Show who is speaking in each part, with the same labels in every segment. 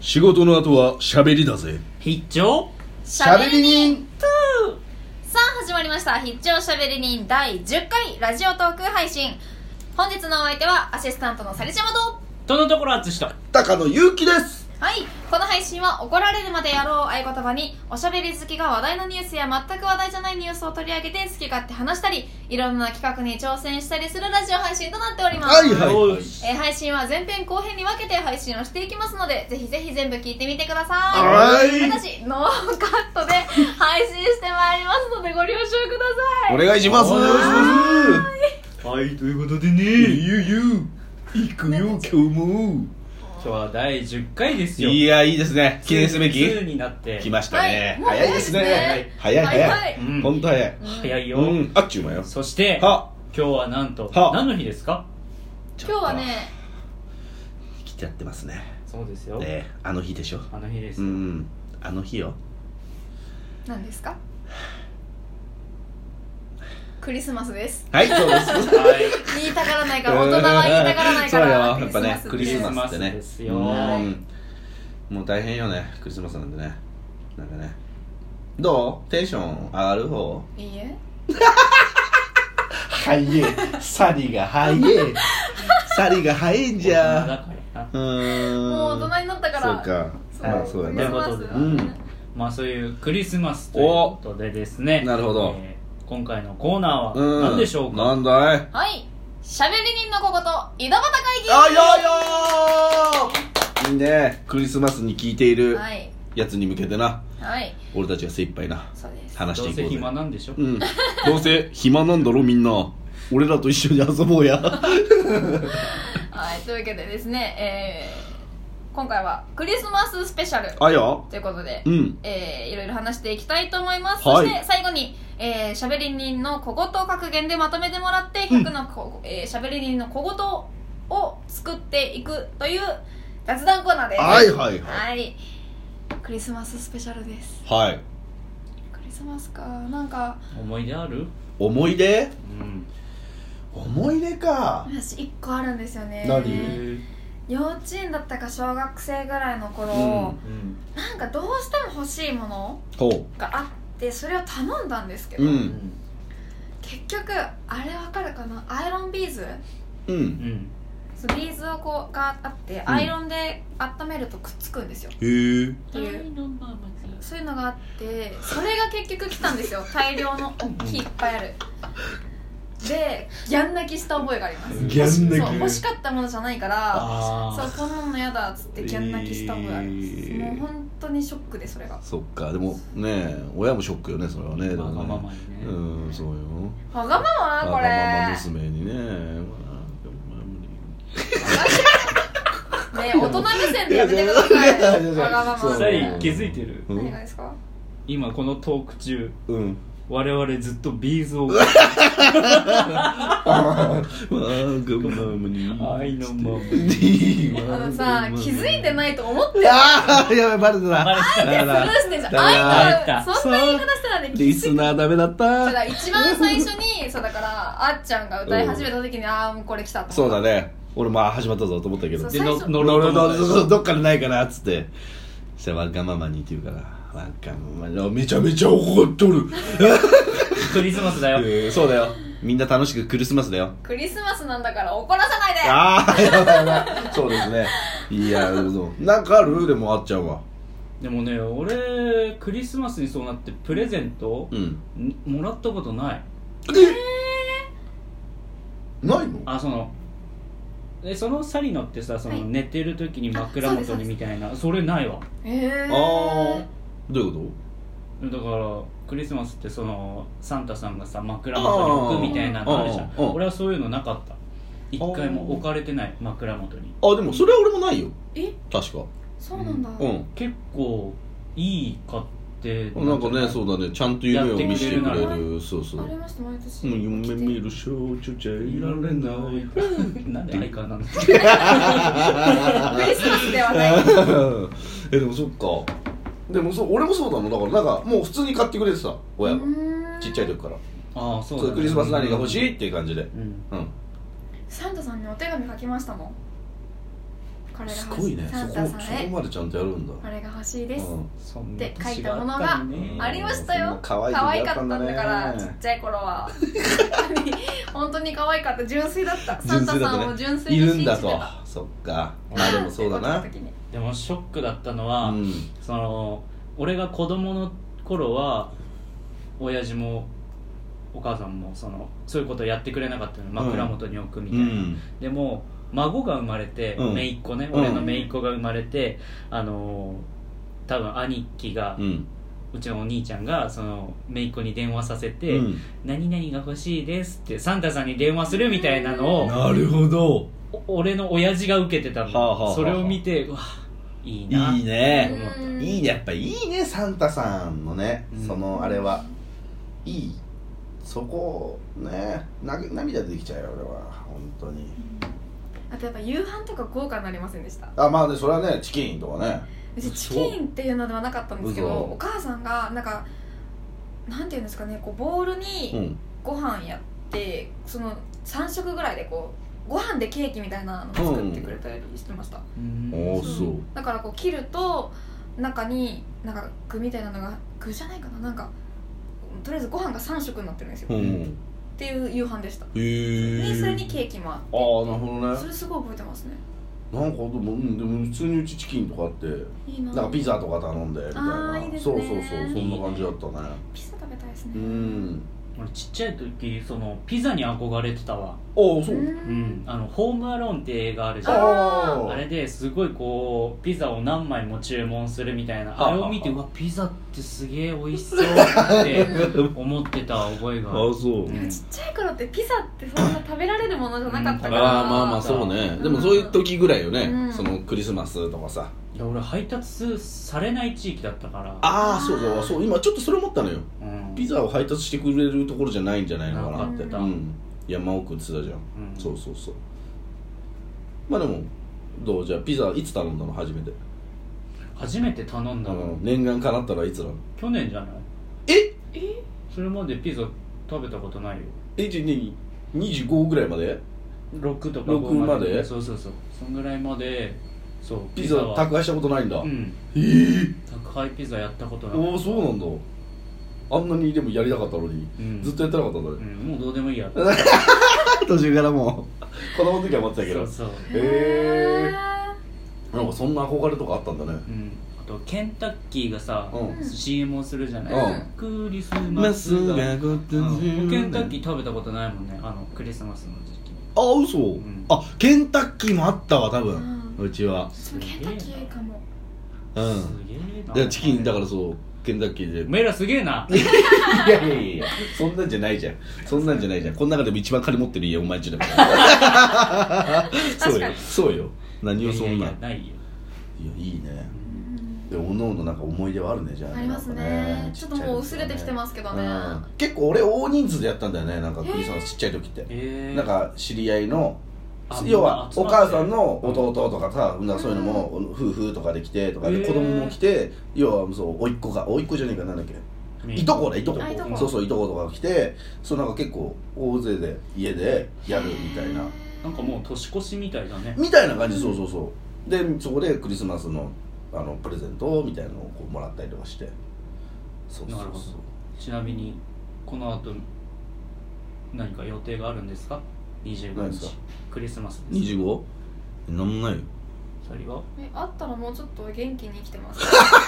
Speaker 1: 仕事の後は喋りだぜ
Speaker 2: 必聴
Speaker 3: しゃべり人
Speaker 4: さあ始まりました「必聴しゃべり人」第10回ラジオトーク配信本日のお相手はアシスタントのさりちゃまと
Speaker 2: とのところ淳と
Speaker 3: 高野ゆうきです
Speaker 4: はいこの配信は「怒られるまでやろう」を合言葉におしゃべり好きが話題のニュースや全く話題じゃないニュースを取り上げて好き勝手話したりいろんな企画に挑戦したりするラジオ配信となっております、
Speaker 3: はいはい
Speaker 2: おい
Speaker 4: えー配信は前編後編に分けて配信をしていきますのでぜひぜひ全部聞いてみてください
Speaker 3: はい
Speaker 4: 私ノーカットで配信してまいりますのでご了承ください
Speaker 3: お願いします
Speaker 2: はいということでね
Speaker 3: ゆうゆう行くよ今日も
Speaker 2: 今日は第10回ですよ
Speaker 3: いやいいですね記念すべき
Speaker 2: 普通になって
Speaker 3: 来ました
Speaker 4: はい
Speaker 3: ね
Speaker 4: もう
Speaker 3: 早いですね早い
Speaker 4: は
Speaker 3: 早
Speaker 4: い
Speaker 3: い
Speaker 2: うん
Speaker 3: 本当早い
Speaker 2: 早いうよ、
Speaker 3: んあっちゅうまよ
Speaker 2: そして今
Speaker 3: は
Speaker 2: 日はなんと
Speaker 3: は
Speaker 2: 何の日ですか
Speaker 4: 今日はね
Speaker 3: 来ちゃってますね
Speaker 2: そうですよ、
Speaker 3: ねあの日でしょ
Speaker 2: あの日です
Speaker 3: う
Speaker 2: よ、
Speaker 3: んあの日よ
Speaker 4: 何ですかクリスマスです
Speaker 3: はいそうです
Speaker 2: はい
Speaker 4: 言いたがらないから大人は言いたがらないから
Speaker 3: そうよやっぱねクリスマスってね
Speaker 2: クリスマスですよ
Speaker 3: うんもう大変よねクリスマスなんでねなんかねどうテンション上がる方
Speaker 4: いいえ
Speaker 3: はいえサリがはい えサリが早いん じ
Speaker 2: 大人だ
Speaker 3: ゃ
Speaker 2: からな
Speaker 3: うーん
Speaker 4: もう大人になったから
Speaker 3: そうかまあそうや
Speaker 4: ク
Speaker 3: な
Speaker 4: リスマス
Speaker 2: ということ
Speaker 3: でうん
Speaker 2: まあそういうクリスマスということでですね
Speaker 3: おなるほど
Speaker 2: えー今回のコーナー
Speaker 3: うん
Speaker 2: は何でしょうか、
Speaker 3: なんだい
Speaker 4: はいしゃべり人のここと井戸端会議
Speaker 3: あよよいいねクリスマスに聞いている
Speaker 4: はい
Speaker 3: やつに向けてな
Speaker 4: はい
Speaker 3: 俺たちが精一杯な
Speaker 4: そうです
Speaker 3: 話し
Speaker 2: ど
Speaker 3: て
Speaker 2: う
Speaker 3: いこうぜ
Speaker 2: せ暇なんでしょ、
Speaker 3: うんどうせ暇なんだろみんな俺らと一緒に遊ぼうや
Speaker 4: はいというわけでですね、えー、今回はクリスマススペシャル
Speaker 3: あよ
Speaker 4: ということで、
Speaker 3: うん
Speaker 4: えーいろいろ話していきたいと思います、
Speaker 3: はい
Speaker 4: そして最後に、えー、しゃべり人の小言を格言でまとめてもらって100のこ、えーしゃべり人の小言を作っていくという雑談コーナーです
Speaker 3: はいはいはい
Speaker 4: はいクリスマススペシャルです
Speaker 3: はい
Speaker 4: クリスマスかなんか
Speaker 2: 思い出ある、
Speaker 3: 思い出
Speaker 2: うん
Speaker 3: 思い出か
Speaker 4: 私1個あるんですよね
Speaker 3: 何
Speaker 2: え
Speaker 3: へ
Speaker 4: 幼稚園だったか小学生ぐらいの頃、
Speaker 3: うん
Speaker 2: うん
Speaker 4: なんかどうしても欲しいもの
Speaker 3: ほ
Speaker 4: があってそれを頼んだんですけ
Speaker 3: う
Speaker 4: ど、
Speaker 3: う
Speaker 2: うんん
Speaker 4: 結局あれわかるかなアイロンビーズ
Speaker 3: う
Speaker 2: うんん
Speaker 4: そうビーズをこうがあって、
Speaker 3: ん
Speaker 4: アイロンで温めるとくっつくんですよ
Speaker 3: へえ
Speaker 4: っていうそういうのがあってそれが結局来た んですよ大量の大きいいっぱいあるでギャン泣きした覚えがあります
Speaker 3: ギャン泣き
Speaker 4: そう欲しかったものじゃないから
Speaker 2: あ
Speaker 4: そう
Speaker 2: あ
Speaker 4: こんなの嫌だっつってギャン泣きした覚えあります、
Speaker 3: えー
Speaker 4: もう本当にショックでそれが
Speaker 3: そっかでもね親もショックよねそれはねでも
Speaker 2: わ
Speaker 3: ね
Speaker 2: がままにね、
Speaker 3: うんそうよ
Speaker 4: わがままこれ
Speaker 3: わがまま娘にねま
Speaker 4: ね大人目線でやめてください
Speaker 3: いやいやいやいやいや
Speaker 4: わがま
Speaker 3: そう
Speaker 4: ま
Speaker 2: さえ気づいてる
Speaker 3: あ
Speaker 4: 何がですか
Speaker 2: 今このトーク中
Speaker 3: うんうん
Speaker 2: 我々ずっとビーズを
Speaker 3: わがままに
Speaker 2: 愛のまま
Speaker 4: あ
Speaker 3: あ
Speaker 4: のさ気づいて
Speaker 3: い
Speaker 4: ないと思ってる
Speaker 3: ああやばいバレてた
Speaker 2: バレてた
Speaker 3: だ
Speaker 4: スルーしてんじゃん
Speaker 3: だ
Speaker 4: あい
Speaker 2: から
Speaker 4: たそんな言い方したらね
Speaker 3: リスナーダメだっ
Speaker 4: だから
Speaker 3: た
Speaker 4: 一番最初にそうだからあっちゃんが歌い始めた時に、ああもうこれ来たと
Speaker 3: そ
Speaker 4: 思
Speaker 3: う
Speaker 4: った
Speaker 3: だね俺まあ始まったぞと思ったけど
Speaker 4: そう
Speaker 2: で
Speaker 4: 最
Speaker 2: の
Speaker 4: 初
Speaker 2: 乗
Speaker 3: 俺
Speaker 2: ろうと思ったでし
Speaker 3: の
Speaker 2: ょ
Speaker 3: どっかでないかなっつってそしたらわがままにって言うからわがままにめちゃめちゃ怒っとる、
Speaker 2: クリスマスだよ
Speaker 3: え ーそうだよみんな楽しくクリスマスだよ
Speaker 4: クリスマスなんだから怒らさないで
Speaker 3: ああやばいやばいそうですねいやそうなんかあるでもあっちゃんは
Speaker 2: でもね俺クリスマスにそうなってプレゼント
Speaker 3: うん
Speaker 2: んもらったことない
Speaker 3: ないの
Speaker 2: あそのえそのサリノってさその
Speaker 4: はい
Speaker 2: 寝てる時に枕
Speaker 4: あそうです
Speaker 2: 元にみたいなそれないわ
Speaker 4: えー、
Speaker 3: あーどういうこ
Speaker 2: だからクリスマスってそのサンタさんがさ枕元に置くみたいなのあるじゃ
Speaker 3: あ
Speaker 2: ん
Speaker 3: ーあー
Speaker 2: 俺はそういうのなかった一回も置かれてない枕元に
Speaker 3: とあでもそれは俺もないよ
Speaker 4: え
Speaker 3: 確か
Speaker 4: そうなんだ、
Speaker 3: うん
Speaker 2: 結構いい買って
Speaker 3: なんかね
Speaker 2: う
Speaker 3: そうだねちゃんと夢を見せてくれるそうそう
Speaker 4: ありました毎年
Speaker 3: もう夢見る少女じゃいられない
Speaker 2: なんで相川なんだ
Speaker 4: クリスマスでは ない
Speaker 3: えでもそっかでもそう俺もそうなのだからなんかもう普通に買ってくれてた親がちっちゃい時から
Speaker 2: ああそう
Speaker 3: そう
Speaker 2: だね
Speaker 3: クリスマス何が欲しいっていう感じで
Speaker 2: うん
Speaker 3: うん
Speaker 4: サンタさんにお手紙書きましたもんこれが
Speaker 3: す
Speaker 4: 欲
Speaker 3: ご
Speaker 4: し
Speaker 3: い
Speaker 4: い
Speaker 3: ね
Speaker 4: サ
Speaker 3: そ
Speaker 4: ン
Speaker 3: こ
Speaker 4: タ
Speaker 3: そ
Speaker 4: さん
Speaker 3: こ
Speaker 4: へ
Speaker 3: までちゃんとやるんだ
Speaker 4: これが欲しいです、
Speaker 2: そんな
Speaker 4: って書い
Speaker 2: 年
Speaker 4: たものが
Speaker 2: あったのに
Speaker 4: ありましたよ
Speaker 3: 可愛い
Speaker 4: 可愛かったんだ
Speaker 3: ね
Speaker 4: からちっちゃい頃は 本当に可愛かった純粋だったサンタさんを純粋
Speaker 3: い
Speaker 4: に
Speaker 3: る
Speaker 4: 信
Speaker 3: ん
Speaker 4: じて
Speaker 3: だ
Speaker 4: た
Speaker 3: とそっかまあでもそうだな
Speaker 4: ってことの時に
Speaker 2: でもショックだったのは、
Speaker 3: うん
Speaker 2: その俺が子供の頃は親父もお母さんもそのそういうことやってくれなかったので枕元に置くみた
Speaker 3: う
Speaker 2: いな、
Speaker 3: ん
Speaker 2: でも孫が生まれて、
Speaker 3: うん
Speaker 2: 姪っ子ね、
Speaker 3: うん
Speaker 2: 俺の姪っ子が生まれてあのー多分兄貴が、
Speaker 3: う
Speaker 2: うんちのお兄ちゃんがその姪っ子に電話させて、
Speaker 3: うん
Speaker 2: 何々が欲しいですってサンタさんに電話するみたいなのを
Speaker 1: なるほど
Speaker 2: お俺の親父が受けてたの、
Speaker 3: はあはあはあはあ
Speaker 2: それを見てうわいいない
Speaker 3: いね
Speaker 4: うん
Speaker 3: いいねやっぱいいねサンタさんのね
Speaker 2: うん
Speaker 3: そのあれはいいそこねな涙出てきちゃうよ俺は本当に
Speaker 4: あとやっぱ夕飯とか豪華になりませんでした
Speaker 3: あまあねそれはねチキンとかね
Speaker 4: うちチキンっていうのではなかったんですけど
Speaker 3: 嘘
Speaker 4: お母さんがなんかなんていうんですかねこうボウル
Speaker 3: う
Speaker 4: に
Speaker 3: ん
Speaker 4: ご飯やってその3食ぐらいでこうご飯でケーキみたいなのを作ってくれたりしてました、
Speaker 2: うん
Speaker 3: おーそう
Speaker 4: だからこう切ると中になんか具みたいなのが具じゃないかななんかとりあえずご飯が3食になってるんですよ、
Speaker 3: う
Speaker 4: っ
Speaker 3: ん
Speaker 4: ていう夕飯でした
Speaker 3: へえ
Speaker 4: にそれにケーキもあっ
Speaker 3: ああなるほど
Speaker 4: て
Speaker 3: ね
Speaker 4: それすごい覚えてますね
Speaker 3: なんかでもうんでも普通にうちチキンとかあって
Speaker 4: いいな
Speaker 3: なんかピザとか頼んでみたいな
Speaker 4: あーいいです
Speaker 3: そ
Speaker 4: ね
Speaker 3: うそうそうそんな感じだったね
Speaker 4: ピザ食べたいです
Speaker 3: う
Speaker 4: ね
Speaker 3: ん
Speaker 2: 俺ちっちゃい時そのピザに憧れてたわ、
Speaker 3: ああそううん
Speaker 2: うんん、あのホームアローンって映画あるじゃんあ
Speaker 3: ああ
Speaker 2: れですごいこうピザを何枚も注文するみたいな
Speaker 3: は
Speaker 2: あ
Speaker 3: あ
Speaker 2: れ
Speaker 3: はあ
Speaker 2: を見てうわピザってすげえ美味しそうって 思ってた覚えがある
Speaker 3: そう
Speaker 2: うん
Speaker 4: でもちっちゃい頃ってピザってそんな食べられるものじゃなかったから、
Speaker 3: ああまあまあそうねでもそういう時ぐらいよね、
Speaker 4: うん
Speaker 3: そのクリスマスとかさ
Speaker 2: いや俺配達されない地域だったから、
Speaker 3: ああそうそうそう今ちょっとそれ思ったのよ
Speaker 2: うん
Speaker 3: ピザを配達してくれるところじゃないんじゃないのかなって
Speaker 4: なかった
Speaker 3: うん、山奥って言ってたじゃん、
Speaker 2: うん
Speaker 3: そうそうそうまあでもどうじゃあピザいつ頼んだの初めて、
Speaker 2: 初めて頼んだ
Speaker 3: あ
Speaker 2: の、
Speaker 3: の念願かなったらいつなの
Speaker 2: 去年じゃない
Speaker 3: え
Speaker 4: え
Speaker 2: それまでピザ食べたことないよ
Speaker 3: えじゃあ何25ぐらいまで
Speaker 2: 6とか
Speaker 3: 六
Speaker 2: 5まで
Speaker 3: まで
Speaker 2: そうそうそうそんぐらいまでそう
Speaker 3: ピザ
Speaker 2: は
Speaker 3: 宅配したことないんだ、
Speaker 2: うん
Speaker 3: ええ
Speaker 2: 宅配ピザやったことな
Speaker 3: お
Speaker 2: い
Speaker 3: おそうなんだあんなにでもやりたかったのに、
Speaker 2: うん
Speaker 3: ずっとやってなかったんだ
Speaker 2: う
Speaker 3: ね、
Speaker 2: ん、もうどうでもいいやって
Speaker 3: 途中からもう 子供の時は思ってたけ
Speaker 2: そ
Speaker 3: ど
Speaker 2: うそう、
Speaker 3: へえなんかそんな憧れとかあったんだね
Speaker 2: うん、あとケンタッキーがさ、
Speaker 3: うん
Speaker 2: CM をするじゃない、
Speaker 3: うん
Speaker 2: クリスマスが、
Speaker 3: ごと
Speaker 2: うんケンタッキー食べたことないもんねあのクリスマスの時期
Speaker 3: あ嘘、
Speaker 2: ん
Speaker 3: あケンタッキーもあったわ多分、
Speaker 4: う
Speaker 3: うちは
Speaker 4: そうケンタッキーかも
Speaker 3: うん
Speaker 2: すげえな
Speaker 3: でチキンだからそうケンタッキーで
Speaker 2: おめえらすげえない
Speaker 3: やいやいやそんなんじゃないじゃんそんなんじゃないじゃんこの中でも一番金持ってる家お前んちだから そうよそうよ何をそん
Speaker 2: い
Speaker 3: ない
Speaker 2: やいやないよ
Speaker 3: やいいね
Speaker 4: うん
Speaker 3: でおのおのなんか思い出はあるねじゃあ
Speaker 4: ありますね
Speaker 3: なんか
Speaker 4: ちょっともう薄れてきてますけどね
Speaker 3: うん結構俺大人数でやったんだよねなんかクリスマスちっちゃい時って
Speaker 2: えー、
Speaker 3: なんか知り合いの
Speaker 2: あ
Speaker 3: 要は
Speaker 2: 集
Speaker 3: お
Speaker 2: まって
Speaker 3: 母さんの弟とかさ、なんかそういうのも夫婦とかで来てとか
Speaker 2: へ
Speaker 3: で
Speaker 2: ー
Speaker 3: 子供も来て要はそう甥っ子が甥っ子じゃねえかなんだっけいとこだいとこ
Speaker 4: あいとこ
Speaker 3: そうそういとことかが来てそうなんか結構大勢で家でやるみたいな
Speaker 2: なんかもう年越しみたいだね
Speaker 3: みたいな感じそうそうそうでそこでクリスマスのあのプレゼントみたいなのをこうもらったりとかしてそうそう
Speaker 2: なるほど
Speaker 3: そう
Speaker 2: ちなみにこの後何か予定があるんですか
Speaker 3: ない
Speaker 2: 25
Speaker 3: ですか
Speaker 2: 日クリスマスです
Speaker 3: 25? なんもないよ
Speaker 2: 二人は
Speaker 4: えあったらもうちょっと元気に生きてます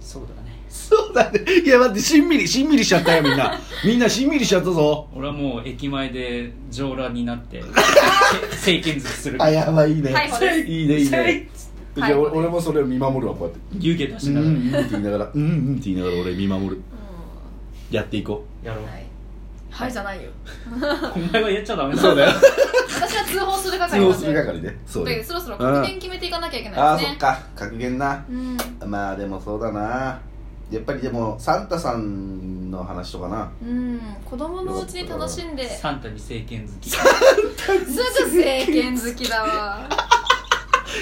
Speaker 2: そうだね
Speaker 3: そうだねいや待ってしんみりしんみりしちゃったよみんなみんなしんみりしちゃったぞ
Speaker 2: 俺はもう駅前で上裸になって 政権ずつする
Speaker 3: あやばいいいね
Speaker 4: 逮捕です
Speaker 3: いいねいいねじゃ
Speaker 4: 逮
Speaker 3: あ
Speaker 4: 捕
Speaker 3: 俺俺もそれを見守るわこうやって
Speaker 2: 湯気出し
Speaker 3: うん
Speaker 2: な
Speaker 3: う
Speaker 2: がら
Speaker 3: んって言いながらうんうんって言いながら俺見守る
Speaker 4: う
Speaker 3: やっていこうん
Speaker 2: やろ
Speaker 4: ん
Speaker 2: う
Speaker 4: はいはいじゃないよ
Speaker 2: お前はやっちゃダメ
Speaker 3: そうだよ
Speaker 4: 私は通報する
Speaker 3: 通
Speaker 4: 係
Speaker 3: 報
Speaker 4: なん
Speaker 3: す
Speaker 4: で
Speaker 3: る係ねそう
Speaker 4: で
Speaker 3: ね
Speaker 4: そろそろ確認決めていかなきゃいけ
Speaker 3: あ
Speaker 4: な
Speaker 3: あ
Speaker 4: いで
Speaker 3: そ
Speaker 4: す
Speaker 3: っ
Speaker 4: ね
Speaker 3: か格言な
Speaker 4: うん
Speaker 3: まあでもそうだなやっぱりでもサンタさんの話とかな
Speaker 4: うん子供のうちに楽しんです
Speaker 2: サンタに政権好き
Speaker 4: ぐ政権好きだわ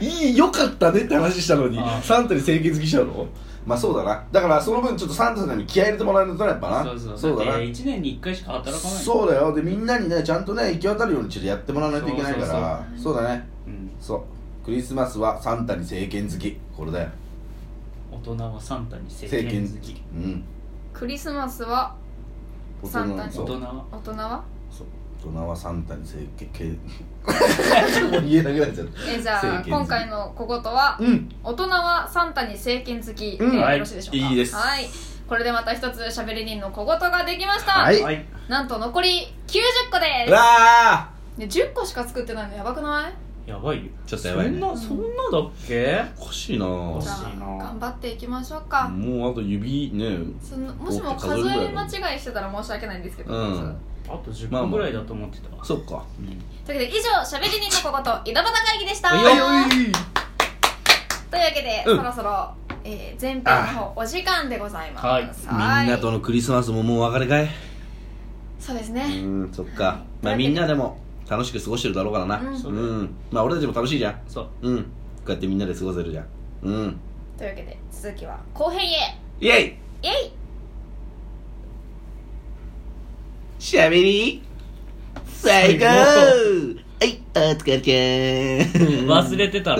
Speaker 3: いいよかったねって話したのに
Speaker 2: ああ
Speaker 3: サンタに整形好きしたのまあそうだなだからその分ちょっとサンタさんに気合い入れてもらえるとなやっぱな
Speaker 2: そうそう
Speaker 3: だな
Speaker 2: って1年に1回しか働かない
Speaker 3: そうだよでみんなにねちゃんとね行き渡るようにちょっとやってもらわないといけないからそうだね
Speaker 2: うん、
Speaker 3: そうクリスマスはサンタに聖剣好きこれだよ
Speaker 2: 大人はサンタに聖
Speaker 3: 聖
Speaker 2: 剣
Speaker 3: 剣
Speaker 2: 好き
Speaker 3: うん
Speaker 4: クリスマスは
Speaker 3: 大人
Speaker 4: サンタに
Speaker 3: そ
Speaker 2: 大
Speaker 3: う
Speaker 2: 人は
Speaker 4: 大人は
Speaker 3: そう大人はサンタに聖剣もう言えなく なっちゃっ
Speaker 4: えじゃあ
Speaker 3: 聖剣好き
Speaker 4: 今回の小言は
Speaker 3: たうん
Speaker 4: 大人はサンタに聖剣好きで
Speaker 3: うん
Speaker 2: はい
Speaker 4: よろしいでしょうか、
Speaker 3: いいです
Speaker 4: はいこれでまた一つ喋り人の小言ができました、
Speaker 3: はい
Speaker 2: はい
Speaker 4: なんと残り90個で
Speaker 3: うわあ
Speaker 4: すで10個しか作ってないのやばくない
Speaker 2: やばいよ
Speaker 3: ちょっとやばいね
Speaker 2: そんなそんなだっけ
Speaker 3: おかしいなも
Speaker 2: お
Speaker 4: じゃ
Speaker 2: か
Speaker 3: う
Speaker 2: しいな
Speaker 4: あ頑張っていきましょうか、
Speaker 3: あと指ね
Speaker 4: そのもしも数え間違いしてたら申し訳ないんですけど、
Speaker 3: うん
Speaker 2: あと10分ぐらいだと思ってた
Speaker 3: そっか
Speaker 4: というわけで以上しゃべり人の小言井戸端会議でした
Speaker 3: はいはい
Speaker 4: というわけで、
Speaker 3: うん
Speaker 4: そろそろ、えー、前編の方お時間でございます
Speaker 3: みんなとのクリスマスももうお別れかい
Speaker 4: そうです
Speaker 3: う
Speaker 4: ね、
Speaker 3: んそっかまあみんなでも楽しく過ごしてるだろうからな
Speaker 4: うん
Speaker 2: そう
Speaker 3: う
Speaker 2: だ
Speaker 3: んまあ俺たちも楽しいじゃん
Speaker 2: そう
Speaker 3: うんこうやってみんなで過ごせるじゃんうん
Speaker 4: というわけで続きは後編へ
Speaker 3: イエイ
Speaker 4: イエイ
Speaker 3: しゃべり最高
Speaker 2: 最
Speaker 3: はいお疲れちゃん
Speaker 2: 忘れてたの